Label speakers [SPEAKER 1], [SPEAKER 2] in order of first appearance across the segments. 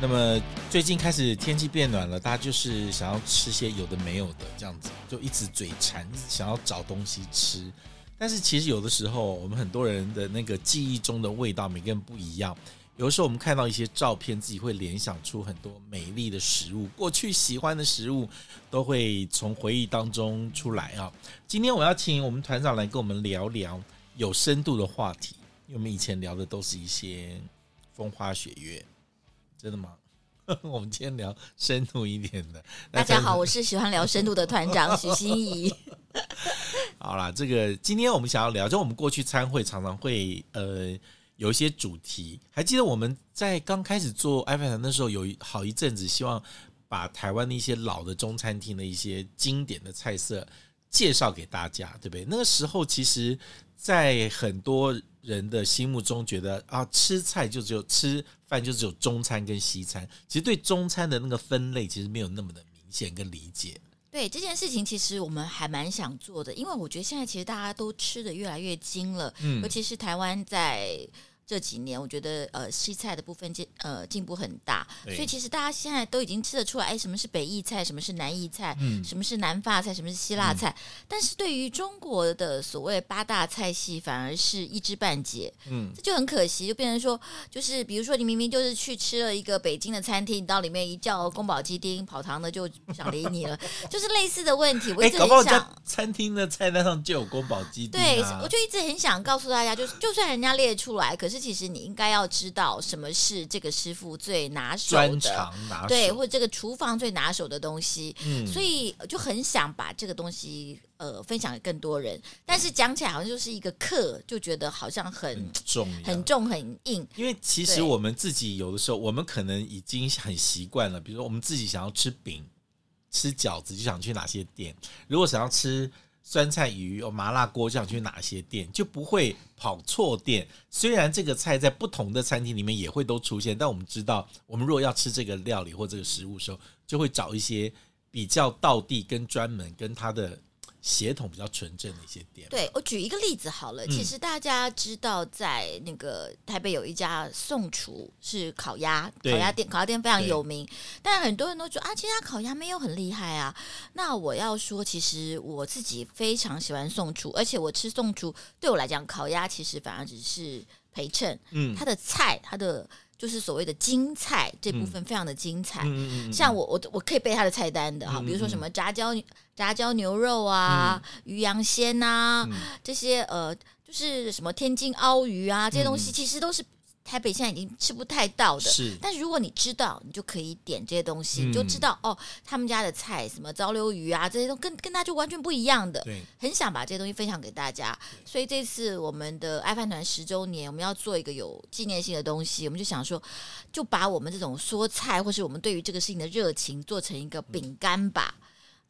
[SPEAKER 1] 那么最近开始天气变暖了，大家就是想要吃些有的没有的这样子，就一直嘴馋，一直想要找东西吃。但是其实有的时候，我们很多人的那个记忆中的味道，每个人不一样。有的时候我们看到一些照片，自己会联想出很多美丽的食物，过去喜欢的食物都会从回忆当中出来啊。今天我要请我们团长来跟我们聊聊有深度的话题，因为我们以前聊的都是一些风花雪月，真的吗？ 我们今天聊深度一点的。
[SPEAKER 2] 大家好，我是喜欢聊深度的团长 许心怡。
[SPEAKER 1] 好啦，这个今天我们想要聊，就我们过去参会常常会呃有一些主题，还记得我们在刚开始做爱饭团的时候，有一好一阵子希望把台湾的一些老的中餐厅的一些经典的菜色介绍给大家，对不对？那个时候其实，在很多人的心目中，觉得啊，吃菜就只有吃饭就只有中餐跟西餐，其实对中餐的那个分类其实没有那么的明显跟理解。
[SPEAKER 2] 对这件事情，其实我们还蛮想做的，因为我觉得现在其实大家都吃的越来越精了，
[SPEAKER 1] 嗯
[SPEAKER 2] 尤其是台湾在这几年，我觉得呃西菜的部分进呃进步很大，
[SPEAKER 1] 对
[SPEAKER 2] 所以其实大家现在都已经吃得出来，哎，什么是北意菜，什么是南意菜，
[SPEAKER 1] 嗯
[SPEAKER 2] 什么是南法菜，什么是希腊菜，但是对于中国的所谓八大菜系，反而是一知半解，
[SPEAKER 1] 嗯，
[SPEAKER 2] 这就很可惜，就变成说，就是比如说你明明就是去吃了一个北京的餐厅，你到里面一叫宫保鸡丁，跑堂的就不想理你了，就是类似的问题。我
[SPEAKER 1] 哎、
[SPEAKER 2] 一直
[SPEAKER 1] 搞不好
[SPEAKER 2] 很
[SPEAKER 1] 在
[SPEAKER 2] 想，
[SPEAKER 1] 餐厅的菜单上就有宫保鸡丁、啊。
[SPEAKER 2] 对我就一直很想告诉大家，就是就算人家列出来，可是其实你应该要知道什么是这个师傅最拿手
[SPEAKER 1] 专
[SPEAKER 2] 的，
[SPEAKER 1] 长拿手，
[SPEAKER 2] 对，或者这个厨房最拿手的东西。
[SPEAKER 1] 嗯
[SPEAKER 2] 所以就很想把这个东西呃分享给更多人，但是讲起来好像就是一个课，就觉得好像很
[SPEAKER 1] 很重要，
[SPEAKER 2] 很重很硬，
[SPEAKER 1] 因为其实
[SPEAKER 2] 对
[SPEAKER 1] 我们自己有的时候，我们可能已经很习惯了，比如说我们自己想要吃饼、吃饺子，就想去哪些店；如果想要吃酸菜鱼、哦麻辣锅，就想去哪些店，就不会跑错店。虽然这个菜在不同的餐厅里面也会都出现，但我们知道，我们如果要吃这个料理或这个食物的时候，就会找一些比较道地跟专门跟它的血统比较纯正的一些店。
[SPEAKER 2] 对我举一个例子好了，其
[SPEAKER 1] 嗯
[SPEAKER 2] 实大家知道，在那个台北有一家宋厨是烤鸭，烤
[SPEAKER 1] 对
[SPEAKER 2] 鸭店，烤鸭店非常
[SPEAKER 1] 对
[SPEAKER 2] 有名，但很多人都说啊，其实它烤鸭没有很厉害啊。那我要说，其实我自己非常喜欢宋厨，而且我吃宋厨对我来讲，烤鸭其实反而只是陪衬，
[SPEAKER 1] 嗯
[SPEAKER 2] 它的菜，它的就是所谓的精菜这部分非常的精彩。
[SPEAKER 1] 嗯嗯嗯嗯
[SPEAKER 2] 像我我我可以背它的菜单的哈，
[SPEAKER 1] 嗯
[SPEAKER 2] 比如说
[SPEAKER 1] 嗯
[SPEAKER 2] 什么炸椒炸椒牛肉啊、鱼羊鲜呐、
[SPEAKER 1] 嗯
[SPEAKER 2] 这些呃，就是什么天津鳌鱼啊这些东
[SPEAKER 1] 嗯
[SPEAKER 2] 西，其实都是台北现在已经吃不太到的。
[SPEAKER 1] 是
[SPEAKER 2] 但是如果你知道，你就可以点这些东西，你就
[SPEAKER 1] 嗯
[SPEAKER 2] 知道哦，他们家的菜什么糟溜鱼啊，这些都跟跟他就完全不一样的。
[SPEAKER 1] 对。
[SPEAKER 2] 很想把这些东西分享给大家，所以这次我们的爱饭团十周年，我们要做一个有纪念性的东西，我们就想说，就把我们这种说菜或是我们对于这个事情的热情做成一个饼干吧。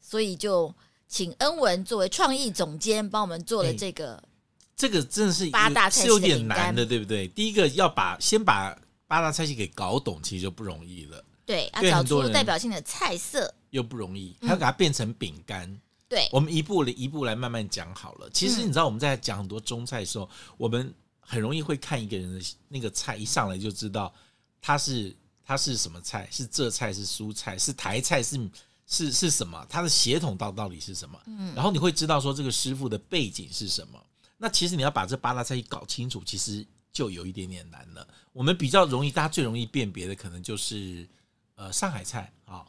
[SPEAKER 2] 所以就请恩文作为创意总监帮我们做了这个，
[SPEAKER 1] 这个真的是
[SPEAKER 2] 八大
[SPEAKER 1] 是
[SPEAKER 2] 菜系
[SPEAKER 1] 有
[SPEAKER 2] 的
[SPEAKER 1] 点
[SPEAKER 2] 饼
[SPEAKER 1] 难
[SPEAKER 2] 干
[SPEAKER 1] 的，对不对？第一个要把先把八大菜系给搞懂，其实就不容易了，
[SPEAKER 2] 对，要
[SPEAKER 1] 对
[SPEAKER 2] 找
[SPEAKER 1] 很多
[SPEAKER 2] 出
[SPEAKER 1] 人
[SPEAKER 2] 代表性的菜色，
[SPEAKER 1] 又不容易，还要给它变成饼干。
[SPEAKER 2] 对，
[SPEAKER 1] 我们一步一步来慢慢讲好了。其实
[SPEAKER 2] 嗯
[SPEAKER 1] 你知道我们在讲很多中菜的时候，我们很容易会看一个人的那个菜，一上来就知道他是他是什么菜，是浙菜是苏菜是台菜是是是什么，它的血统到到底是什么。嗯，然后你会知道说这个师傅的背景是什么。那其实你要把这八大菜系搞清楚，其实就有一点点难了。我们比较容易，大家最容易辨别的可能就是呃上海菜啊、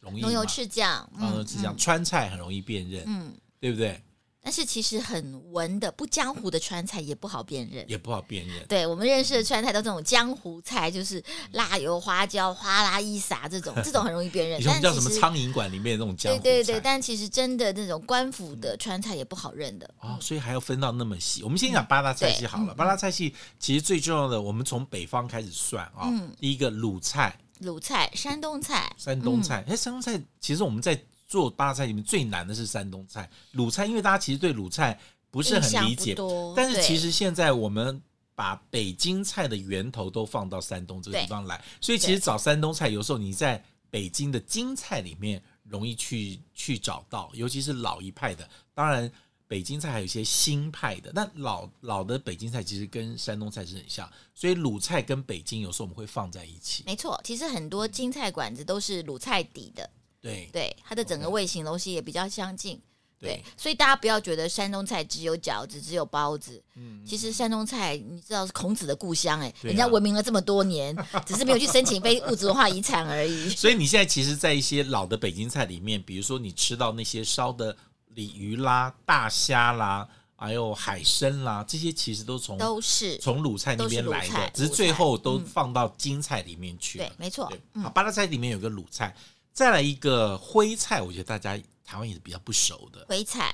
[SPEAKER 1] 容易
[SPEAKER 2] 浓油
[SPEAKER 1] 嘛啊
[SPEAKER 2] 赤酱，
[SPEAKER 1] 然后只讲川菜很容易辨认，
[SPEAKER 2] 嗯，
[SPEAKER 1] 对不对？
[SPEAKER 2] 但是其实很文的不江湖的川菜也不好辨认。
[SPEAKER 1] 也不好辨认。
[SPEAKER 2] 对我们认识的川菜都这种江湖菜，就是辣油、花椒、哗啦一撒这种，这种很容易辨 认
[SPEAKER 1] 你。说
[SPEAKER 2] 但
[SPEAKER 1] 叫
[SPEAKER 2] 其
[SPEAKER 1] 什么
[SPEAKER 2] 实
[SPEAKER 1] 苍蝇馆里面的那种江
[SPEAKER 2] 对
[SPEAKER 1] 湖
[SPEAKER 2] 对对，
[SPEAKER 1] 菜
[SPEAKER 2] 但其实真的那种官府的川菜也不好认的。
[SPEAKER 1] 哦，所以还要分到那么细。我们
[SPEAKER 2] 嗯
[SPEAKER 1] 先讲八大菜系好了。八大菜系其实最重要的，我们从北方开始算啊。
[SPEAKER 2] 嗯
[SPEAKER 1] 第一个鲁菜、
[SPEAKER 2] 鲁菜、山东菜，
[SPEAKER 1] 山东菜。
[SPEAKER 2] 嗯
[SPEAKER 1] 哎，山东菜其实我们在做八大菜里面最难的是山东菜、鲁菜，因为大家其实对鲁菜不是
[SPEAKER 2] 印
[SPEAKER 1] 很
[SPEAKER 2] 象
[SPEAKER 1] 理
[SPEAKER 2] 不
[SPEAKER 1] 解。
[SPEAKER 2] 多
[SPEAKER 1] 但是
[SPEAKER 2] 哦对
[SPEAKER 1] 其实现在我们把北京菜的源头都放到山东这个地方来，所以其实
[SPEAKER 2] 对
[SPEAKER 1] 找山东菜，有时候你在北京的京菜里面容易去去找到，尤其是老一派的。当然，北京菜还有一些新派的。那老老的北京菜其实跟山东菜是很像，所以鲁菜跟北京有时候我们会放在一起。
[SPEAKER 2] 没错，其实很多京菜馆子都是鲁菜底的，
[SPEAKER 1] 对
[SPEAKER 2] 对，它的整个
[SPEAKER 1] OK
[SPEAKER 2] 味型东西也比较相近。对
[SPEAKER 1] 对，，
[SPEAKER 2] 所以大家不要觉得山东菜只有饺子，只有包子。
[SPEAKER 1] 嗯
[SPEAKER 2] 其实山东菜，你知道是孔子的故乡、哎、
[SPEAKER 1] 对啊
[SPEAKER 2] 人家文明了这么多年，只是没有去申请非物质文化遗产 而已。
[SPEAKER 1] 所以你现在其实，在一些老的北京菜里面，比如说你吃到那些烧的鲤鱼啦、大虾啦，还有海参啦，这些其实都从
[SPEAKER 2] 都是
[SPEAKER 1] 从鲁菜那边来
[SPEAKER 2] 都是鲁
[SPEAKER 1] 的
[SPEAKER 2] 菜，
[SPEAKER 1] 只是最后都放到京菜里面去
[SPEAKER 2] 对
[SPEAKER 1] 了，。
[SPEAKER 2] 没错嗯
[SPEAKER 1] 对，，好，八大菜里面有个鲁菜，再来一个徽菜，我觉得大家台湾也是比较不熟的。
[SPEAKER 2] 徽菜。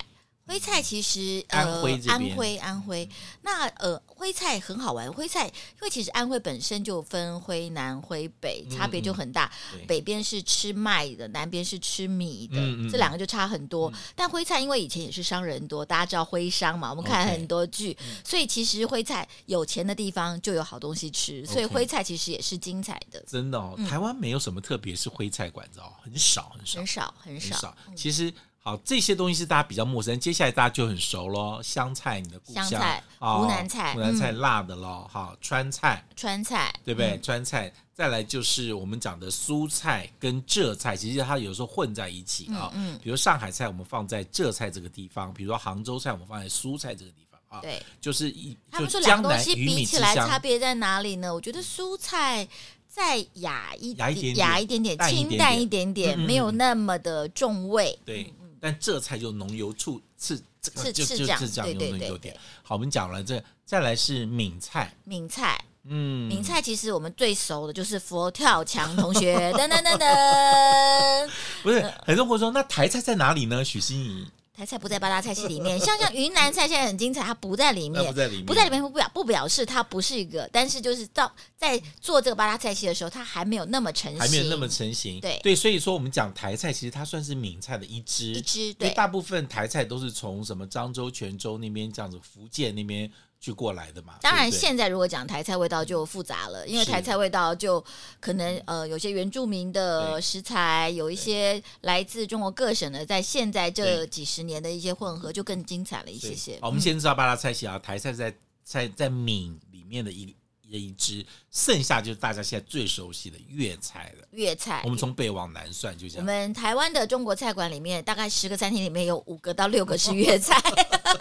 [SPEAKER 2] 徽菜其实呃，
[SPEAKER 1] 安徽这边嗯
[SPEAKER 2] 安徽安徽那呃，徽菜很好玩。徽菜因为其实安徽本身就分徽南、徽北，差
[SPEAKER 1] 嗯
[SPEAKER 2] 别就很大。
[SPEAKER 1] 对
[SPEAKER 2] 北边是吃麦的，南边是吃米的，
[SPEAKER 1] 嗯嗯
[SPEAKER 2] 这两个就差很多。但徽菜因为以前也是商人多，大家知道徽商嘛，我们看
[SPEAKER 1] OK 嗯
[SPEAKER 2] 很多剧所以其实徽菜有钱的地方就有好东西吃，所以
[SPEAKER 1] OK
[SPEAKER 2] 徽菜其实也是精彩的，
[SPEAKER 1] 真的
[SPEAKER 2] 嗯
[SPEAKER 1] 哦，台湾没有什么特别是徽菜馆子哦，很少很少
[SPEAKER 2] 很少嗯
[SPEAKER 1] 很
[SPEAKER 2] 很少。
[SPEAKER 1] 少。其实好，这些东西是大家比较陌生，接下来大家就很熟咯。湘菜，你的故乡
[SPEAKER 2] 湘菜
[SPEAKER 1] 哦
[SPEAKER 2] 湖南菜
[SPEAKER 1] 湖南菜辣的咯，好，川菜
[SPEAKER 2] 川菜
[SPEAKER 1] 对不对？
[SPEAKER 2] 嗯
[SPEAKER 1] 川菜，再来就是我们讲的苏菜跟浙菜，其实它有时候混在一起啊。
[SPEAKER 2] 嗯
[SPEAKER 1] 比如上海菜我们放在浙菜这个地方，比如说杭州菜我们放在苏菜这个地方啊。
[SPEAKER 2] 对。
[SPEAKER 1] 就是一
[SPEAKER 2] 他
[SPEAKER 1] 就
[SPEAKER 2] 们说两
[SPEAKER 1] 江
[SPEAKER 2] 个东
[SPEAKER 1] 南
[SPEAKER 2] 西
[SPEAKER 1] 鱼米
[SPEAKER 2] 比起
[SPEAKER 1] 之
[SPEAKER 2] 来差
[SPEAKER 1] 乡，
[SPEAKER 2] 别在哪里呢？我觉得蔬菜再雅一
[SPEAKER 1] 嗯雅一点点
[SPEAKER 2] 雅一点点，
[SPEAKER 1] 淡一点
[SPEAKER 2] 清
[SPEAKER 1] 点
[SPEAKER 2] 淡一点点，
[SPEAKER 1] 嗯嗯嗯
[SPEAKER 2] 没有那么的重味。
[SPEAKER 1] 对。
[SPEAKER 2] 嗯
[SPEAKER 1] 但浙菜就浓油醋刺，这
[SPEAKER 2] 是
[SPEAKER 1] 个就是就
[SPEAKER 2] 这样
[SPEAKER 1] 是这样
[SPEAKER 2] 对对
[SPEAKER 1] 用的
[SPEAKER 2] 对
[SPEAKER 1] 优点。好，我们讲完这，再来是闽菜，
[SPEAKER 2] 闽菜，
[SPEAKER 1] 嗯，
[SPEAKER 2] 闽菜其实我们最熟的就是佛跳墙同 学，噔噔噔噔。
[SPEAKER 1] 不
[SPEAKER 2] 呃
[SPEAKER 1] 是很多人会说那台菜在哪里呢？许心怡
[SPEAKER 2] 台菜不在八大菜系 里面，像像云南菜现在很精彩，它不在里
[SPEAKER 1] 那
[SPEAKER 2] 面
[SPEAKER 1] 呃不。在里面，
[SPEAKER 2] 不在里面不表不表示它不是一个，但是就是到在做这个八大菜系的时候，它还没有那么成型，
[SPEAKER 1] 还没有那么成型。
[SPEAKER 2] 对
[SPEAKER 1] 对，所以说我们讲台菜，其实它算是闽菜的一支。
[SPEAKER 2] 一支
[SPEAKER 1] 因为
[SPEAKER 2] 对
[SPEAKER 1] 大部分台菜都是从什么漳州、泉州那边这样子，福建那边去过来的嘛。
[SPEAKER 2] 当然，
[SPEAKER 1] 对不对
[SPEAKER 2] 现在如果讲台菜味道就复杂了，因为
[SPEAKER 1] 是
[SPEAKER 2] 台菜味道就可能呃有些原住民的
[SPEAKER 1] 对
[SPEAKER 2] 食材，有一些来自中国各省的，在现在这
[SPEAKER 1] 对
[SPEAKER 2] 几十年的一些混合，就更精彩了一些
[SPEAKER 1] 对
[SPEAKER 2] 些。
[SPEAKER 1] 好我们先知道八大菜系啊，台菜在在在闽里面的一的一支，剩下就是大家现在最熟悉的粤菜了。
[SPEAKER 2] 粤菜，
[SPEAKER 1] 我们从北往南算，就这
[SPEAKER 2] 哎我
[SPEAKER 1] 样。
[SPEAKER 2] 们台湾的中国菜馆里面，大概十个餐厅里面有五个到六个是粤菜，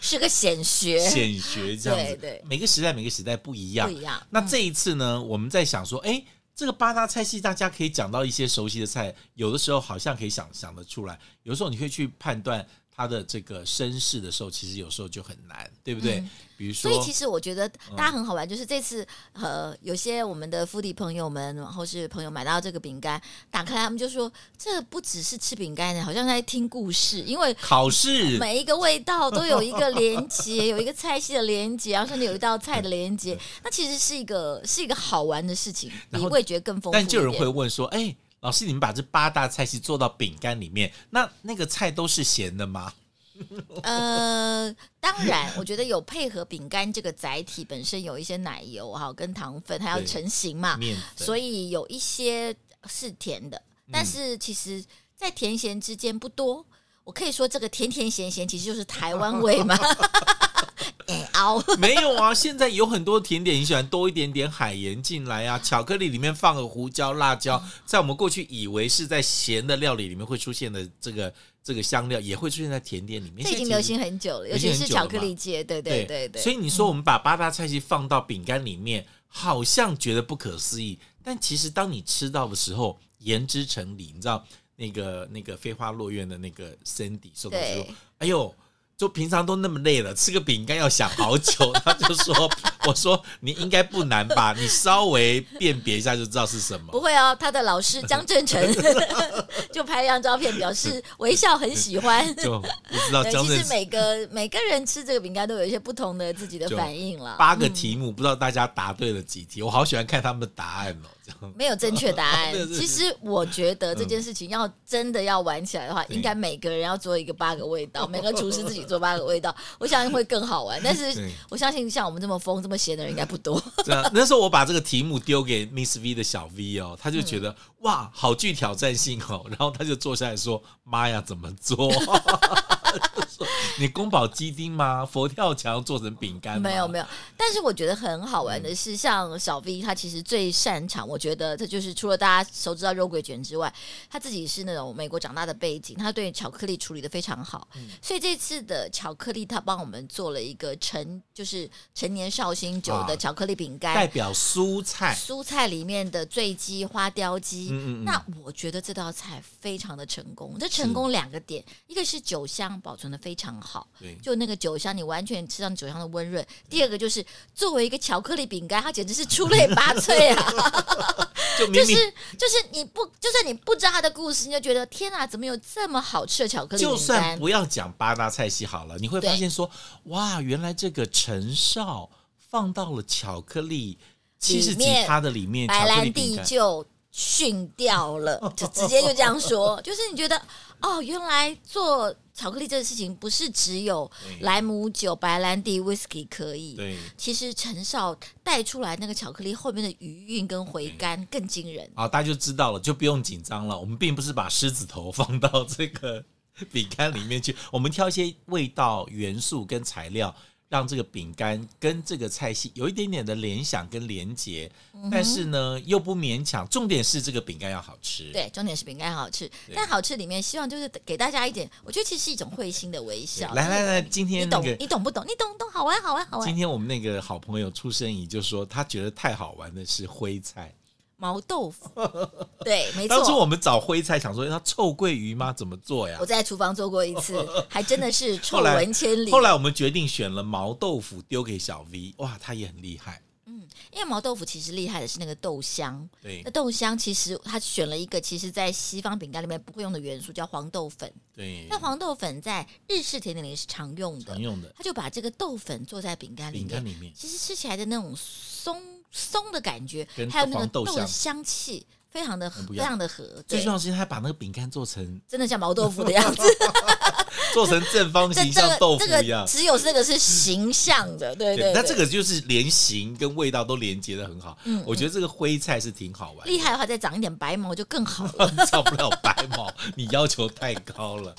[SPEAKER 2] 是个显学，
[SPEAKER 1] 显学这样子，
[SPEAKER 2] 对对
[SPEAKER 1] 每个时代每个时代不一样
[SPEAKER 2] 不。一样。嗯
[SPEAKER 1] 那这一次呢，我们在想说，哎，这个八大菜系大家可以讲到一些熟悉的菜，有的时候好像可以想想得出来，有时候你会去判断它的这个身世的时候，其实有时候就很难，对不对？比如
[SPEAKER 2] 嗯所
[SPEAKER 1] 说，
[SPEAKER 2] 以其实我觉得
[SPEAKER 1] 嗯
[SPEAKER 2] 大家很好玩，就是这次呃，有些我们的腹地朋友们，然后是朋友买到这个饼干，打开他们就说，这不只是吃饼干的，好像在听故事，因为。
[SPEAKER 1] 考试
[SPEAKER 2] 每一个味道都有一个 连接，有一个菜系的连接，然后甚至有一道菜的连接，那其实是一个是一个好玩的事情，比
[SPEAKER 1] 然后
[SPEAKER 2] 味觉更丰富一点。
[SPEAKER 1] 但就有人会问说：“哎、老师，你们把这八大菜系做到饼干里面，那那个菜都是咸的吗
[SPEAKER 2] 呃，当然，我觉得有配合饼干这个载体本身有一些奶油哈跟糖粉，它要
[SPEAKER 1] 对
[SPEAKER 2] 成型？”嘛，
[SPEAKER 1] 面粉，
[SPEAKER 2] 所以有一些是甜的，
[SPEAKER 1] 嗯
[SPEAKER 2] 但是其实，在甜咸之间不多。我可以说，这个甜甜咸咸其实就是台湾味 嘛。 哎凹，
[SPEAKER 1] 没有啊。现在有很多甜点，你喜欢多一点点海盐进来啊，巧克力里面放个胡椒、辣椒，在我们过去以为是在咸的料理里面会出现的这个这个香料，也会出现在甜点里面。
[SPEAKER 2] 这已
[SPEAKER 1] 现
[SPEAKER 2] 经
[SPEAKER 1] 在
[SPEAKER 2] 流
[SPEAKER 1] 其实
[SPEAKER 2] 行很久了，尤
[SPEAKER 1] 流
[SPEAKER 2] 其
[SPEAKER 1] 行
[SPEAKER 2] 是
[SPEAKER 1] 很久了
[SPEAKER 2] 巧克力界，对对对对。嗯
[SPEAKER 1] 所以你说我们把八大菜系放到饼干里面，好像觉得不可思议，但其实当你吃到的时候，言之成理。你知道那个那个飞花落院的那个 Cindy 说的时候
[SPEAKER 2] 对，
[SPEAKER 1] 哎呦。就平常都那么累了，吃个饼干要想好久。他就说：“ 我说你应该不难吧？你稍微辨别一下就知道是什么。
[SPEAKER 2] 不”会哦，他的老师江正成 就拍了张照片，表示微笑很喜欢。
[SPEAKER 1] 就不知道
[SPEAKER 2] 对，
[SPEAKER 1] 江
[SPEAKER 2] 其
[SPEAKER 1] 正
[SPEAKER 2] 实每个 每个人吃这个饼干都有一些不同的自己的
[SPEAKER 1] 就
[SPEAKER 2] 反应了，
[SPEAKER 1] 八个题目，不知道大家答对了几题。我好喜欢看他们的答案哦，这样。
[SPEAKER 2] 没有正确答案
[SPEAKER 1] 对。对对
[SPEAKER 2] 其实我觉得这件事情要真的要玩起来的话，
[SPEAKER 1] 对
[SPEAKER 2] 应该每个人要做一个八个味道，每个厨师自己做八个味道，我相信会更好玩。但是
[SPEAKER 1] 对
[SPEAKER 2] 我相信像我们这么疯、这么闲的人应该不多。
[SPEAKER 1] 对啊，那时候我把这个题目丢给 Miss V 的小 V 哦，他就觉
[SPEAKER 2] 嗯
[SPEAKER 1] 得、 哇，好具挑战性哦，然后他就坐下来说：“妈呀，怎么做？” 你宫保鸡丁吗？佛跳墙做成饼干吗？
[SPEAKER 2] 没有没有，但是我觉得很好玩
[SPEAKER 1] 嗯
[SPEAKER 2] 的是，像小 V 他其实最擅长，我觉得他就是除了大家熟知到肉桂卷之外，他自己是那种美国长大的背景，他对巧克力处理的非常好，
[SPEAKER 1] 嗯
[SPEAKER 2] 所以这次的巧克力他帮我们做了一个陈就是陈年绍兴酒
[SPEAKER 1] 啊
[SPEAKER 2] 的巧克力饼干，
[SPEAKER 1] 代表蔬菜，
[SPEAKER 2] 蔬菜里面的醉鸡、花雕鸡。
[SPEAKER 1] 嗯嗯嗯
[SPEAKER 2] 那我觉得这道菜非常的成功，这成功两个点，一个是酒香保存的非常好，
[SPEAKER 1] 对，
[SPEAKER 2] 就那个酒香，你完全吃到酒香的温润。第二个就是作为一个巧克力饼干，它简直是出类拔萃啊！
[SPEAKER 1] 就 明
[SPEAKER 2] 就是
[SPEAKER 1] 明
[SPEAKER 2] 就是你不就算你不知道它的故事，你就觉得天哪，怎么有这么好吃的巧克力
[SPEAKER 1] 就
[SPEAKER 2] 饼
[SPEAKER 1] 算
[SPEAKER 2] 干？
[SPEAKER 1] 不要讲八大菜系好了，你会
[SPEAKER 2] 对
[SPEAKER 1] 发现说，哇，原来这个陈少放到了巧克力七十几
[SPEAKER 2] 面
[SPEAKER 1] 趴的里面，
[SPEAKER 2] 白
[SPEAKER 1] 巧克力
[SPEAKER 2] 兰
[SPEAKER 1] 饼
[SPEAKER 2] 地
[SPEAKER 1] 干。
[SPEAKER 2] 就训掉了，就直接就这样说， 就是你觉得哦，原来做巧克力这个事情不是只有
[SPEAKER 1] 对
[SPEAKER 2] 莱姆酒、白兰地、whisky 可以，
[SPEAKER 1] 对，
[SPEAKER 2] 其实陈少带出来那个巧克力后面的余韵跟回甘更惊人。
[SPEAKER 1] 好，啊大家就知道了，就不用紧张了。我们并不是把狮子头放到这个饼干里面去，我们挑一些味道元素跟材料，让这个饼干跟这个菜系有一点点的联想跟连结，
[SPEAKER 2] 嗯
[SPEAKER 1] 但是呢又不勉强。重点是这个饼干要好吃。
[SPEAKER 2] 对，重点是饼干好吃，但好吃里面希望就是给大家一点，我觉得其实是一种会心的微
[SPEAKER 1] 对，
[SPEAKER 2] 笑。
[SPEAKER 1] 来
[SPEAKER 2] 就是
[SPEAKER 1] 来来，今
[SPEAKER 2] 你
[SPEAKER 1] 天那
[SPEAKER 2] 懂
[SPEAKER 1] 个
[SPEAKER 2] 你懂不懂？你懂懂好玩好玩啊好
[SPEAKER 1] 今
[SPEAKER 2] 玩。
[SPEAKER 1] 天我们那个好朋友出生仪就说，他觉得太好玩的是徽菜。
[SPEAKER 2] 毛豆腐， 对，没
[SPEAKER 1] 当初
[SPEAKER 2] 错。
[SPEAKER 1] 我们找徽菜，想说那臭鳜鱼吗？怎么做呀
[SPEAKER 2] 我？在厨房做过一 次，还真的是臭
[SPEAKER 1] 后来
[SPEAKER 2] 闻千里。
[SPEAKER 1] 后来我们决定选了毛豆腐，丢给小 V，哇，他也很厉害。
[SPEAKER 2] 因为毛豆腐其实厉害的是那个豆香，
[SPEAKER 1] 对
[SPEAKER 2] 那豆香其实它选了一个，其实在西方饼干里面不会用的元素，叫黄豆粉。
[SPEAKER 1] 对，
[SPEAKER 2] 那黄豆粉在日式甜点里是常用
[SPEAKER 1] 嗯
[SPEAKER 2] 的
[SPEAKER 1] 常，用的
[SPEAKER 2] 他就把这个豆粉做在饼干里
[SPEAKER 1] 饼
[SPEAKER 2] 面
[SPEAKER 1] 干，里面，
[SPEAKER 2] 其实吃起来的那种松松的感觉
[SPEAKER 1] 跟，
[SPEAKER 2] 还有那个
[SPEAKER 1] 黄豆
[SPEAKER 2] 豆的
[SPEAKER 1] 香
[SPEAKER 2] 香气，非常的合
[SPEAKER 1] 很不一
[SPEAKER 2] 非
[SPEAKER 1] 样
[SPEAKER 2] 常的合，
[SPEAKER 1] 最
[SPEAKER 2] 对
[SPEAKER 1] 重，要是他把那个饼干做成
[SPEAKER 2] 真的像毛豆腐的样子。
[SPEAKER 1] 做成正方
[SPEAKER 2] 这
[SPEAKER 1] 形，
[SPEAKER 2] 这
[SPEAKER 1] 像豆
[SPEAKER 2] 个
[SPEAKER 1] 腐
[SPEAKER 2] 这
[SPEAKER 1] 一
[SPEAKER 2] 个
[SPEAKER 1] 样。
[SPEAKER 2] 只有这个是形象的，对对。
[SPEAKER 1] 那这
[SPEAKER 2] 对
[SPEAKER 1] 个就是连形跟味道都连接的很好。
[SPEAKER 2] 嗯
[SPEAKER 1] 我觉得这个徽菜是挺好玩的。
[SPEAKER 2] 厉害的话，再长一点白毛就更好了。
[SPEAKER 1] 造不了白毛，你要求太高了。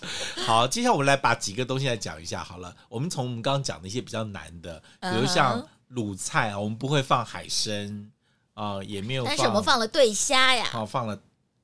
[SPEAKER 1] 好，接下来我们来把几个东西来讲一下好了。我们从我们刚刚讲的一些比较难的，比如
[SPEAKER 2] 嗯
[SPEAKER 1] 像卤菜啊，我们不会放海参啊、也 没有放，
[SPEAKER 2] 但是我们放了对虾呀，
[SPEAKER 1] 好、放了。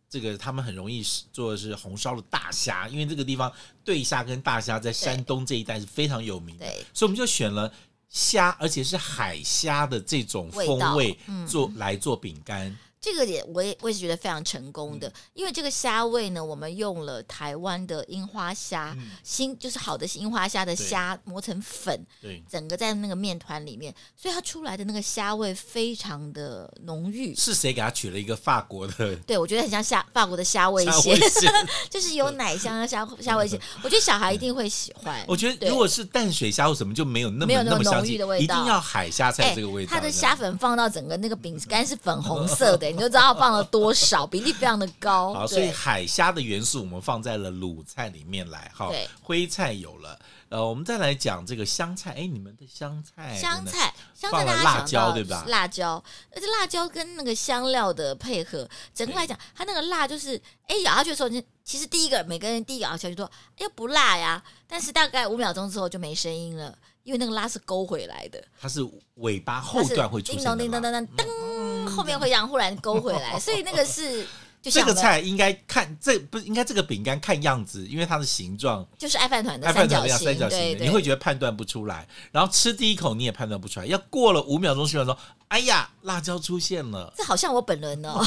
[SPEAKER 1] 这个他们很容易做的是红烧的大虾，因为这个地方对虾跟大虾在山东这一带是非常有名的
[SPEAKER 2] 对，
[SPEAKER 1] 所以我们就选了虾，而且是海虾的这种
[SPEAKER 2] 味
[SPEAKER 1] 风
[SPEAKER 2] 道
[SPEAKER 1] 味
[SPEAKER 2] 嗯
[SPEAKER 1] 做来做饼干。
[SPEAKER 2] 这个也我也我也是觉得非常成功
[SPEAKER 1] 嗯
[SPEAKER 2] 的，因为这个虾味呢，我们用了台湾的樱花虾，新就是好的樱花虾的
[SPEAKER 1] 嗯对
[SPEAKER 2] 虾磨成粉，
[SPEAKER 1] 对，
[SPEAKER 2] 整个在那个面团里面，所以它出来的那个虾味非常的浓郁。
[SPEAKER 1] 是谁给他取了一个法国的
[SPEAKER 2] 对，我觉得很像虾法国的虾味
[SPEAKER 1] 虾
[SPEAKER 2] 鲜，
[SPEAKER 1] 鲜？
[SPEAKER 2] 就是有奶香的虾虾味鲜，我觉得小孩一定会喜欢。
[SPEAKER 1] 我觉得
[SPEAKER 2] 对
[SPEAKER 1] 如果是淡水虾或什么就没有那么
[SPEAKER 2] 没有那么
[SPEAKER 1] 么香
[SPEAKER 2] 浓郁
[SPEAKER 1] 气
[SPEAKER 2] 的味
[SPEAKER 1] 一
[SPEAKER 2] 道哎
[SPEAKER 1] 定要海虾才有这个味道。
[SPEAKER 2] 它的
[SPEAKER 1] 这样
[SPEAKER 2] 虾粉放到整个那个饼干是粉红色的，你就知道它放了多少，比例非常的高。
[SPEAKER 1] 好，所以
[SPEAKER 2] 哦对，
[SPEAKER 1] 海虾的元素我们放在了鲁菜里面来，哈
[SPEAKER 2] 对，
[SPEAKER 1] 徽菜有了，呃，我们再来讲这个香菜，哎，你们的香菜，
[SPEAKER 2] 香，菜，香
[SPEAKER 1] 放
[SPEAKER 2] 菜
[SPEAKER 1] 了
[SPEAKER 2] 大家
[SPEAKER 1] 辣
[SPEAKER 2] 想
[SPEAKER 1] 椒
[SPEAKER 2] 到
[SPEAKER 1] 对吧
[SPEAKER 2] 辣椒，而且辣椒跟那个香料的配合，整个来讲，它那个辣就是，哎，咬下去的时候，你其实第一个每个人第一个咬下去说，哎呀不辣呀，但是大概五秒钟之后就没声音了，因为那个辣是勾回来的，
[SPEAKER 1] 它是尾巴后
[SPEAKER 2] 它是
[SPEAKER 1] 段会出
[SPEAKER 2] 叮
[SPEAKER 1] 现
[SPEAKER 2] 咚
[SPEAKER 1] 的嗯
[SPEAKER 2] 叮咚
[SPEAKER 1] 辣
[SPEAKER 2] 叮咚噔，后面会这样忽然勾回来，所以那 个是就
[SPEAKER 1] 这
[SPEAKER 2] 像
[SPEAKER 1] 个菜应该看这不应该这个饼干看样子，因为它的形状，
[SPEAKER 2] 就是爱饭团的
[SPEAKER 1] 爱饭
[SPEAKER 2] 三
[SPEAKER 1] 团
[SPEAKER 2] 角
[SPEAKER 1] 的样
[SPEAKER 2] 形，
[SPEAKER 1] 三角
[SPEAKER 2] 对
[SPEAKER 1] 形的，
[SPEAKER 2] 对，
[SPEAKER 1] 你会觉得判断不出来，然后吃第一口你也判断不出来，要过了五秒钟，吃完说，哎呀，辣椒出现了。
[SPEAKER 2] 这好像我本人 哦，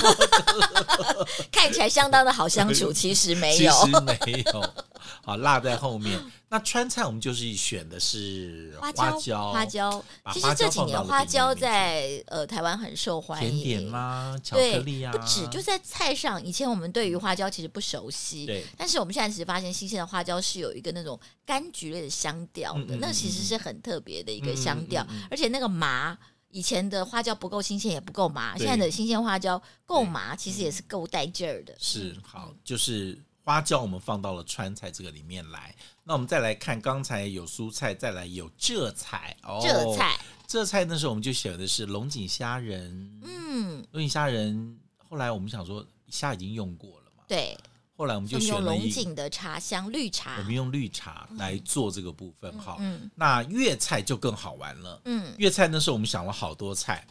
[SPEAKER 2] 看起来相当的好相处，其实没
[SPEAKER 1] 其
[SPEAKER 2] 有。
[SPEAKER 1] 实没有， 好辣在后面。那川菜我们就是选的是
[SPEAKER 2] 花椒，
[SPEAKER 1] 花椒，
[SPEAKER 2] 花椒
[SPEAKER 1] 把
[SPEAKER 2] 其
[SPEAKER 1] 花
[SPEAKER 2] 实这
[SPEAKER 1] 椒
[SPEAKER 2] 几
[SPEAKER 1] 放
[SPEAKER 2] 年
[SPEAKER 1] 到了
[SPEAKER 2] 花
[SPEAKER 1] 里
[SPEAKER 2] 椒
[SPEAKER 1] 面去
[SPEAKER 2] 在呃台湾很受欢迎，
[SPEAKER 1] 甜点啦、巧克
[SPEAKER 2] 哎对
[SPEAKER 1] 力，啊，
[SPEAKER 2] 不止就在菜上。以前我们对于花椒其实不熟悉，
[SPEAKER 1] 对
[SPEAKER 2] 但是我们现在其实发现，新鲜的花椒是有一个那种柑橘类的香调的，
[SPEAKER 1] 嗯嗯
[SPEAKER 2] 那
[SPEAKER 1] 嗯
[SPEAKER 2] 其实
[SPEAKER 1] 嗯
[SPEAKER 2] 是很特别的一个
[SPEAKER 1] 嗯
[SPEAKER 2] 香
[SPEAKER 1] 嗯
[SPEAKER 2] 调，
[SPEAKER 1] 嗯嗯
[SPEAKER 2] 而且那个麻。以前的花椒不够新鲜，也不够麻。
[SPEAKER 1] 对
[SPEAKER 2] 现在的新鲜花椒够
[SPEAKER 1] 对
[SPEAKER 2] 麻，其实也是够带劲儿的。
[SPEAKER 1] 是好，就是花椒我们放到了川菜这个里面来。那我们再来看，刚才有蔬菜，再来有浙菜哦，
[SPEAKER 2] 浙，菜，
[SPEAKER 1] 浙菜那时候我们就选的是龙井虾仁，
[SPEAKER 2] 嗯，
[SPEAKER 1] 龙井虾仁。后来我们想说虾已经用过了嘛，
[SPEAKER 2] 对，
[SPEAKER 1] 后来我们
[SPEAKER 2] 我
[SPEAKER 1] 就
[SPEAKER 2] 们
[SPEAKER 1] 选
[SPEAKER 2] 用
[SPEAKER 1] 了
[SPEAKER 2] 龙
[SPEAKER 1] 一，
[SPEAKER 2] 井的茶香绿
[SPEAKER 1] 我
[SPEAKER 2] 茶
[SPEAKER 1] 们，用绿茶来做这个部分哈。
[SPEAKER 2] 嗯
[SPEAKER 1] 那粤菜就更好玩了，
[SPEAKER 2] 嗯，
[SPEAKER 1] 粤菜那时候我们想了好多菜，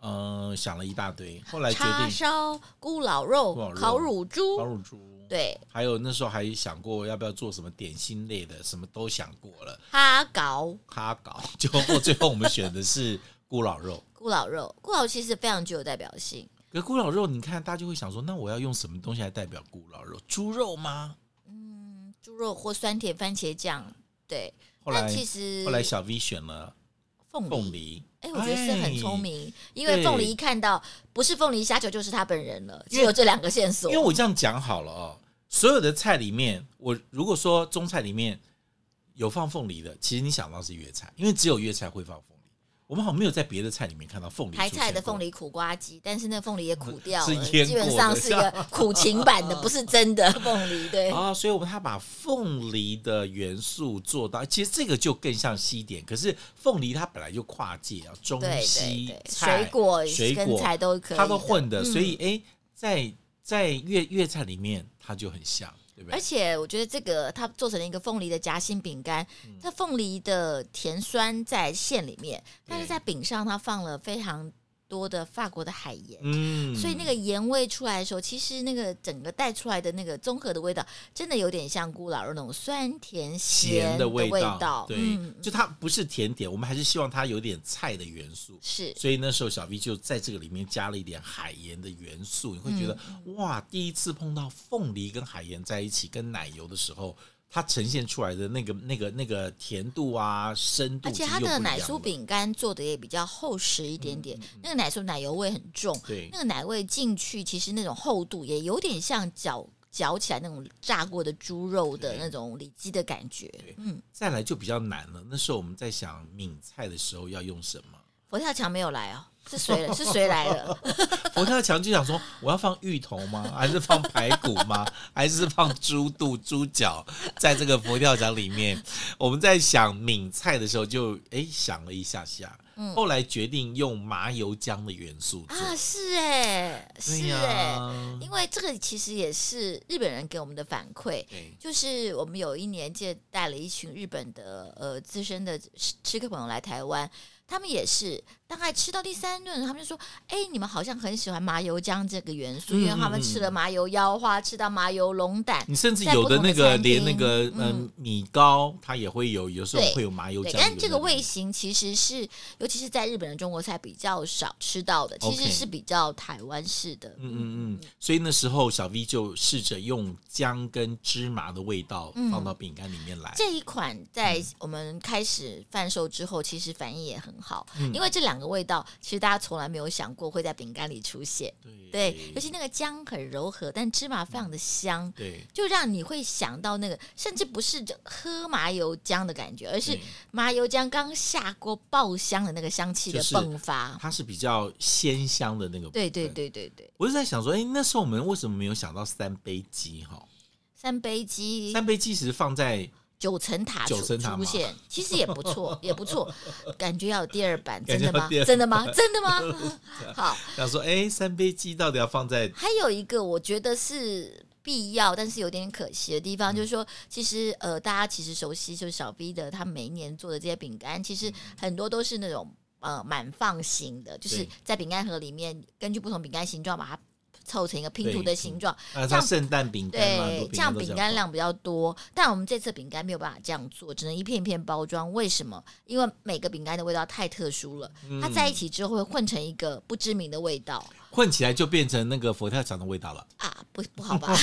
[SPEAKER 1] 嗯、想了一大堆，后来决
[SPEAKER 2] 叉
[SPEAKER 1] 定
[SPEAKER 2] 烧、咕老
[SPEAKER 1] 咕老
[SPEAKER 2] 肉、
[SPEAKER 1] 肉
[SPEAKER 2] 烤乳
[SPEAKER 1] 烤
[SPEAKER 2] 猪，
[SPEAKER 1] 乳猪，
[SPEAKER 2] 对，
[SPEAKER 1] 还有那时候还想过要不要做什么点心类的，什么都想过了，
[SPEAKER 2] 哈搞
[SPEAKER 1] 哈搞，结果最后我们选的是咕老肉。
[SPEAKER 2] 咕老肉，咕老其实非常具有代表性。
[SPEAKER 1] 可咕老肉，你看大家就会想说，那我要用什么东西来代表咕老肉？猪肉吗？
[SPEAKER 2] 嗯，猪肉或酸甜番茄酱，对。
[SPEAKER 1] 后
[SPEAKER 2] 但
[SPEAKER 1] 来
[SPEAKER 2] 其实
[SPEAKER 1] 后来小 V 选了
[SPEAKER 2] 凤
[SPEAKER 1] 凤
[SPEAKER 2] 梨，
[SPEAKER 1] 梨，
[SPEAKER 2] 哎，我觉得是很聪
[SPEAKER 1] 哎。
[SPEAKER 2] 明，因为
[SPEAKER 1] 对
[SPEAKER 2] 凤梨一看到不是凤梨虾球就是他本人了，只
[SPEAKER 1] 因为
[SPEAKER 2] 有这两个线索
[SPEAKER 1] 因为。我这样讲好了哦，所有的菜里面，我如果说中菜里面有放凤梨的，其实你想到是粤菜，因为只有粤菜会放凤梨。我们好像没有在别的菜里面看到凤梨出
[SPEAKER 2] 台
[SPEAKER 1] 现过，
[SPEAKER 2] 菜的凤梨苦瓜鸡，但是那凤梨也苦 掉
[SPEAKER 1] 是
[SPEAKER 2] 了，
[SPEAKER 1] 腌
[SPEAKER 2] 基本
[SPEAKER 1] 过
[SPEAKER 2] 上
[SPEAKER 1] 的
[SPEAKER 2] 是一个苦情版的，不是真的凤梨。对，
[SPEAKER 1] 啊、所以我们他把凤梨的元素做到，其实这个就更像西点。可是凤梨它本来就跨界啊，中
[SPEAKER 2] 对对
[SPEAKER 1] 西
[SPEAKER 2] 对，
[SPEAKER 1] 菜
[SPEAKER 2] 水果
[SPEAKER 1] 水
[SPEAKER 2] 跟
[SPEAKER 1] 果
[SPEAKER 2] 菜都可以，
[SPEAKER 1] 它都。混的，
[SPEAKER 2] 嗯
[SPEAKER 1] 所以哎、诶在在粤粤菜里面它就很像，对不
[SPEAKER 2] 而
[SPEAKER 1] 对？
[SPEAKER 2] 且我觉得这个它做成了一个凤梨的夹心饼干，
[SPEAKER 1] 嗯
[SPEAKER 2] 它凤梨的甜酸在馅里面，但是在饼上它放了非常多的法国的海盐。
[SPEAKER 1] 嗯
[SPEAKER 2] 所以那个盐味出来的时候，其实那个整个带出来的那个综合的味道，真的有点像咕老肉那种酸甜
[SPEAKER 1] 咸
[SPEAKER 2] 的
[SPEAKER 1] 的味
[SPEAKER 2] 道。
[SPEAKER 1] 对，
[SPEAKER 2] 嗯，
[SPEAKER 1] 就它不是甜点，我们还是希望它有点菜的元素。
[SPEAKER 2] 是
[SPEAKER 1] 所以那时候小 V 就在这个里面加了一点海盐的元素，你会觉得、
[SPEAKER 2] 嗯
[SPEAKER 1] 哇，第一次碰到凤梨跟海盐在一起，跟奶油的时候，它呈现出来的那个那个那个甜度啊、深度，
[SPEAKER 2] 而且它的奶酥，饼干做的也比较厚实一点
[SPEAKER 1] 嗯
[SPEAKER 2] 点，那个奶酥奶油味很重，
[SPEAKER 1] 对
[SPEAKER 2] 那个奶味进去，其实那种厚度也有点像嚼嚼起来那种炸过的猪肉的
[SPEAKER 1] 对
[SPEAKER 2] 那种里脊的感觉。嗯，
[SPEAKER 1] 再来就比较难了。那时候我们在想闽菜的时候要用什么，
[SPEAKER 2] 佛跳墙没有来哦，是谁了？是谁来 了？
[SPEAKER 1] 佛跳墙就想说，我要放芋头吗？ 还是放排骨吗？ 还是放猪肚、猪脚？在这个佛跳墙里面， 我们在想闽菜的时候就，诶想了一下下，后来决定用麻油姜的元素做。
[SPEAKER 2] 嗯啊，是哎、
[SPEAKER 1] 对
[SPEAKER 2] 是
[SPEAKER 1] 呀、
[SPEAKER 2] 哎、因为这个其实也是日本人给我们的反馈，
[SPEAKER 1] 对
[SPEAKER 2] 就是我们有一年借带了一群日本的呃资深的吃吃客朋友来台湾，他们也是大概吃到第三顿，他们就说：“哎，你们好像很喜欢麻油姜这个元素，因为他们吃了麻油腰花，吃到麻油龙胆。
[SPEAKER 1] 你甚至
[SPEAKER 2] 在
[SPEAKER 1] 有
[SPEAKER 2] 不
[SPEAKER 1] 的
[SPEAKER 2] 同的
[SPEAKER 1] 那个
[SPEAKER 2] 餐
[SPEAKER 1] 连那
[SPEAKER 2] 厅
[SPEAKER 1] 个嗯
[SPEAKER 2] 嗯
[SPEAKER 1] 米糕，它也会有，有时候
[SPEAKER 2] 对
[SPEAKER 1] 会有麻油
[SPEAKER 2] 对
[SPEAKER 1] 姜，的元素。
[SPEAKER 2] 但这个味型其实是，尤其是在日本的中国菜比较少吃到的，其
[SPEAKER 1] OK
[SPEAKER 2] 实是比较台湾式的。
[SPEAKER 1] 嗯嗯嗯，所以那时候小 V 就试着用姜跟芝麻的味道放到饼干里面来。
[SPEAKER 2] 嗯这一款在我们开始贩售之后，其实反应也很好，因为这两个味道其实大家从来没有想过会在饼干里出现。对，
[SPEAKER 1] 嗯
[SPEAKER 2] 尤其那个姜很柔和，但芝麻非常的香，
[SPEAKER 1] 对
[SPEAKER 2] 就让你会想到那个，甚至不是喝麻油姜的感觉，而是
[SPEAKER 1] 对
[SPEAKER 2] 麻油姜刚下锅爆香的那个香气的
[SPEAKER 1] 就是
[SPEAKER 2] 迸发。
[SPEAKER 1] 它是比较鲜香的那个。
[SPEAKER 2] 对对，对对对，
[SPEAKER 1] 我是在想说，哎、那时候我们为什么没有想到三杯鸡哈？
[SPEAKER 2] 三杯鸡
[SPEAKER 1] 三杯鸡其实放在
[SPEAKER 2] 九层塔
[SPEAKER 1] 九
[SPEAKER 2] 出
[SPEAKER 1] 层塔
[SPEAKER 2] 出
[SPEAKER 1] 吗
[SPEAKER 2] 现，其实也不错，也不错，感觉要有第二版，
[SPEAKER 1] 感
[SPEAKER 2] 真
[SPEAKER 1] 觉
[SPEAKER 2] 的
[SPEAKER 1] 要
[SPEAKER 2] 吗？
[SPEAKER 1] 第二
[SPEAKER 2] 真的吗？真 的吗？好，
[SPEAKER 1] 想说，哎、三杯鸡到底要放在
[SPEAKER 2] 还有一个我觉得是必要，但是有点可惜的地
[SPEAKER 1] 嗯
[SPEAKER 2] 方，就是说，其实呃，大家其实熟悉就是小 V 的，他每一年做的这些饼
[SPEAKER 1] 嗯
[SPEAKER 2] 干，其实很多都是那种呃满放型的，就是
[SPEAKER 1] 对
[SPEAKER 2] 在饼干盒里面根据不同饼干形状把它凑成一个拼图
[SPEAKER 1] 对
[SPEAKER 2] 的形状，
[SPEAKER 1] 啊，
[SPEAKER 2] 这
[SPEAKER 1] 像
[SPEAKER 2] 样
[SPEAKER 1] 圣诞饼干啦，很多
[SPEAKER 2] 对，这样
[SPEAKER 1] 都
[SPEAKER 2] 饼
[SPEAKER 1] 这
[SPEAKER 2] 干
[SPEAKER 1] 样
[SPEAKER 2] 量比较多，但我们这次饼干没有办法这样做，只能一片一片包装。为什么？因为每个饼干的味道太特殊了，它在一起之后会混成一个不知名的味道
[SPEAKER 1] 放混起来就变成那个佛跳墙的味道了。
[SPEAKER 2] 啊，不不好 吧？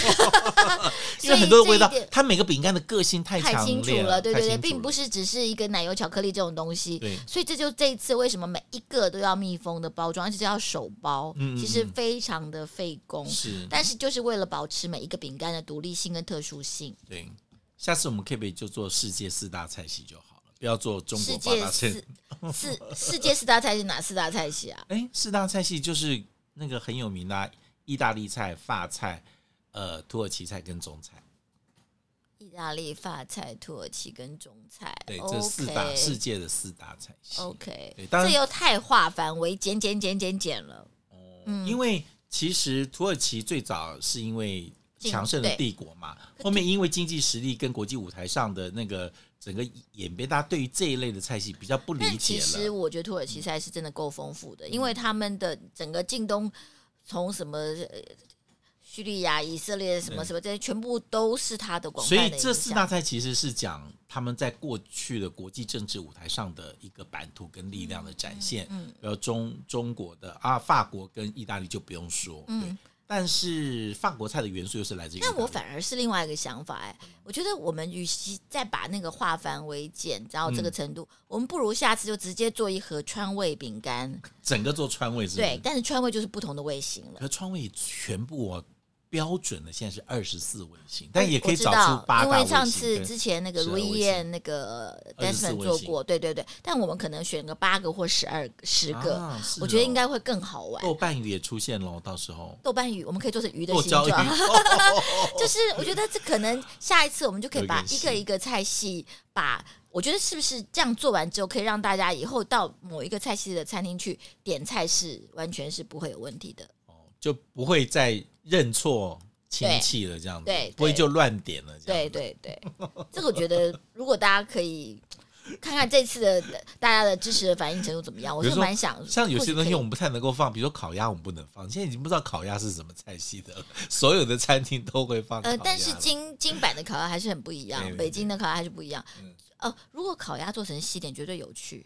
[SPEAKER 1] 因为很多
[SPEAKER 2] 所
[SPEAKER 1] 味
[SPEAKER 2] 以这
[SPEAKER 1] 道
[SPEAKER 2] 一点，
[SPEAKER 1] 它每个饼干的个性太
[SPEAKER 2] 太
[SPEAKER 1] 强
[SPEAKER 2] 清楚
[SPEAKER 1] 烈
[SPEAKER 2] 了，对对对，
[SPEAKER 1] 太清楚
[SPEAKER 2] 并不
[SPEAKER 1] 了
[SPEAKER 2] 是只是一个奶油巧克力这种东西。
[SPEAKER 1] 对
[SPEAKER 2] 所以这就这一次为什么每一个都要密封的包装，而且要手包，
[SPEAKER 1] 嗯嗯
[SPEAKER 2] 其实非常的费工。
[SPEAKER 1] 是
[SPEAKER 2] 但是就是为了保持每一个饼干的独立性跟特殊性，
[SPEAKER 1] 对，下次我们可不可以就做世界四大菜系就好了，不要做中国
[SPEAKER 2] 世
[SPEAKER 1] 八
[SPEAKER 2] 界
[SPEAKER 1] 大菜。
[SPEAKER 2] 四四世界四大菜系哪四大菜系啊？
[SPEAKER 1] 哎，四大菜系就是那个很有名的啊、意大利菜、法菜、呃土耳其菜跟中菜，
[SPEAKER 2] 意大利、法菜、土耳其跟中菜，
[SPEAKER 1] 对，
[SPEAKER 2] OK 哦
[SPEAKER 1] 这四大世界的四大菜系。
[SPEAKER 2] OK，
[SPEAKER 1] 对当
[SPEAKER 2] 这
[SPEAKER 1] 然
[SPEAKER 2] 又太化繁为简简简简简了。
[SPEAKER 1] 哦因为其实土耳其最早是因为
[SPEAKER 2] 进
[SPEAKER 1] 强盛的
[SPEAKER 2] 对
[SPEAKER 1] 帝国嘛。后面因为经济实力跟国际舞台上的那个整个演变，大家对于这一类的菜系比较不理
[SPEAKER 2] 但
[SPEAKER 1] 解
[SPEAKER 2] 其实
[SPEAKER 1] 了。嗯
[SPEAKER 2] 我觉得土耳其菜是真的够丰富的，因为他们的整个近东从什么呃叙利亚、以色列什么
[SPEAKER 1] 嗯
[SPEAKER 2] 什么这些，全部都是它的广
[SPEAKER 1] 所以
[SPEAKER 2] 泛的
[SPEAKER 1] 这
[SPEAKER 2] 影
[SPEAKER 1] 四大
[SPEAKER 2] 响。
[SPEAKER 1] 菜其实是讲他们在过去的国际政治舞台上的一个版图跟力量的展现。
[SPEAKER 2] 嗯，
[SPEAKER 1] 然后中中国的啊，法国跟意大利就不用说，对。
[SPEAKER 2] 嗯
[SPEAKER 1] 但是法国菜的元素又是来自于意大利，
[SPEAKER 2] 但我反而是另外一个想法哎，我觉得我们与其再把那个化繁为简，然后这
[SPEAKER 1] 嗯
[SPEAKER 2] 个程度，我们不如下次就直接做一盒川味饼干。
[SPEAKER 1] 整个做川味是不是
[SPEAKER 2] 对，，但是川味就是不同的味型了。
[SPEAKER 1] 可川味全部哦标准的现在是二十四味型，但也可以
[SPEAKER 2] 我知
[SPEAKER 1] 找
[SPEAKER 2] 道
[SPEAKER 1] 出八
[SPEAKER 2] 因
[SPEAKER 1] 大
[SPEAKER 2] 为
[SPEAKER 1] 味型
[SPEAKER 2] 上次
[SPEAKER 1] 跟。
[SPEAKER 2] 之前那个
[SPEAKER 1] 12
[SPEAKER 2] 卢
[SPEAKER 1] 卫
[SPEAKER 2] 一
[SPEAKER 1] 星
[SPEAKER 2] 燕那个
[SPEAKER 1] 24
[SPEAKER 2] Desmond
[SPEAKER 1] 卫
[SPEAKER 2] 做
[SPEAKER 1] 星
[SPEAKER 2] 过，对对对，但我们可能选个八个或十二十个，
[SPEAKER 1] 啊是
[SPEAKER 2] 我觉得应
[SPEAKER 1] 哦
[SPEAKER 2] 该会更好玩。
[SPEAKER 1] 豆瓣鱼也出现喽，到时候
[SPEAKER 2] 豆瓣鱼，我们可以做成鱼的
[SPEAKER 1] 剁
[SPEAKER 2] 形
[SPEAKER 1] 椒鱼，
[SPEAKER 2] 状，
[SPEAKER 1] 哦
[SPEAKER 2] 就是我觉得这可能下一次我们就可以
[SPEAKER 1] 有
[SPEAKER 2] 把
[SPEAKER 1] 点
[SPEAKER 2] 一个
[SPEAKER 1] 细
[SPEAKER 2] 一个菜系把。我觉得是不是这样做完之后，可以让大家以后到某一个菜系的餐厅去点菜是完全是不会有问题的。
[SPEAKER 1] 哦就不会再认错亲戚了，这样子
[SPEAKER 2] 对对
[SPEAKER 1] 不会就乱点了，这样
[SPEAKER 2] 对对对，这个我觉得如果大家可以看看这次的大家的支持的反应程度怎么样，我
[SPEAKER 1] 比
[SPEAKER 2] 是
[SPEAKER 1] 如说
[SPEAKER 2] 蛮想
[SPEAKER 1] 像有些东西我
[SPEAKER 2] 用
[SPEAKER 1] 们不太能够放，比如说烤鸭，我们不能放。现在已经不知道烤鸭是什么菜系的 了，所有的餐厅都会放烤鸭
[SPEAKER 2] 呃，
[SPEAKER 1] 了。
[SPEAKER 2] 但是京京版的烤鸭还是很不一样
[SPEAKER 1] 对，对
[SPEAKER 2] 北京的烤鸭还是不一样
[SPEAKER 1] 嗯。
[SPEAKER 2] 呃，如果烤鸭做成西点，绝对有趣。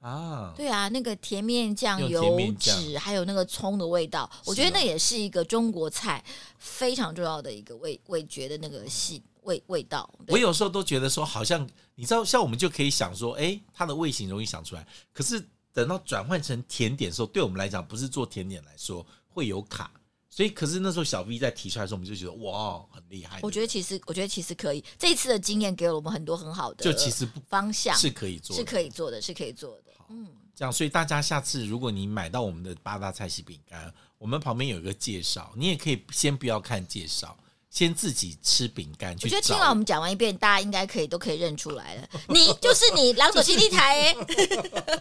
[SPEAKER 1] 啊，
[SPEAKER 2] 对啊，那个甜面酱、
[SPEAKER 1] 用甜
[SPEAKER 2] 油
[SPEAKER 1] 面酱啊
[SPEAKER 2] 脂，还有那个葱的味道，我觉得那也是一个中国菜非常重要的一个味味觉的那个细味味道。对
[SPEAKER 1] 我有时候都觉得说，好像你知道，像我们就可以想说，哎，它的味型容易想出来。可是等到转换成甜点的时候，对我们来讲，不是做甜点来说会有卡。所以，可是那时候小 V 在提出来的时候，我们就觉得哇，很厉害。
[SPEAKER 2] 我觉得其实，我觉得其实可以。这一次的经验给了我们很多很好的
[SPEAKER 1] 就其实不
[SPEAKER 2] 方向，
[SPEAKER 1] 是可以做
[SPEAKER 2] 是
[SPEAKER 1] 的，
[SPEAKER 2] 可以做的，是可以做的。嗯，
[SPEAKER 1] 这样。所以大家下次如果你买到我们的八大菜系饼干，我们旁边有一个介绍，你也可以先不要看介绍，先自己吃饼干
[SPEAKER 2] 我
[SPEAKER 1] 去
[SPEAKER 2] 觉得听完我
[SPEAKER 1] 找。
[SPEAKER 2] 们讲完一遍，大家应该可以都可以认出来了。 你就是你，狼走基地台、 欸，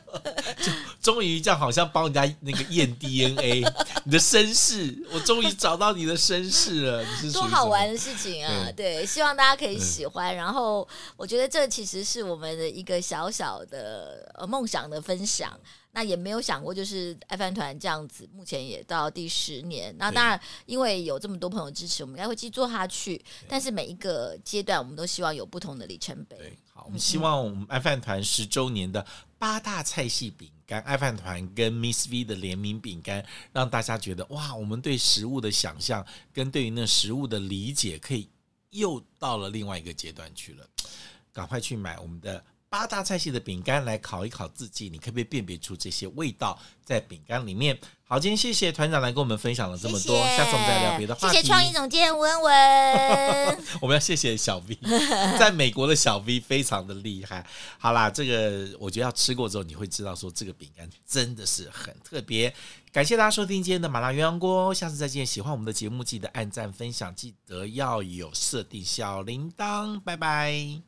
[SPEAKER 1] 终于这样，好像帮人家那个验 DNA，你的身世，我终于找到你的身世了。你是属于
[SPEAKER 2] 多
[SPEAKER 1] 什么
[SPEAKER 2] 好玩的事情啊！对，希望大家可以喜欢。然后我觉得这其实是我们的一个小小的呃梦想的分享。那也没有想过，就是爱饭团这样子，目前也到第十年。那
[SPEAKER 1] 对
[SPEAKER 2] 当然，因为有这么多朋友支持，我们应该会继续做下去。但是每一个阶段，我们都希望有不同的里程碑。
[SPEAKER 1] 对，好，我们希
[SPEAKER 2] 嗯
[SPEAKER 1] 望我们爱饭团十周年的八大菜系饼干，爱饭团跟 Miss V 的联名饼干，让大家觉得哇，我们对食物的想象跟对于那食物的理解，可以又到了另外一个阶段去了。赶快去买我们的八大菜系的饼干来烤一烤自己，你可不可以辨别出这些味道在饼干里面？好，今天谢谢团长来跟我们分享了这么多，
[SPEAKER 2] 谢谢
[SPEAKER 1] 下次我们再聊别的话题。
[SPEAKER 2] 谢谢创意总监 文文。
[SPEAKER 1] 我们要谢谢小 V，在美国的小 V 非常的厉害。好啦，这个我觉得要吃过之后，你会知道说这个饼干真的是很特别。感谢大家收听今天的麻辣鸳鸯锅，下次再见。喜欢我们的节目，记得按赞、分享，记得要有设定小铃铛，拜拜。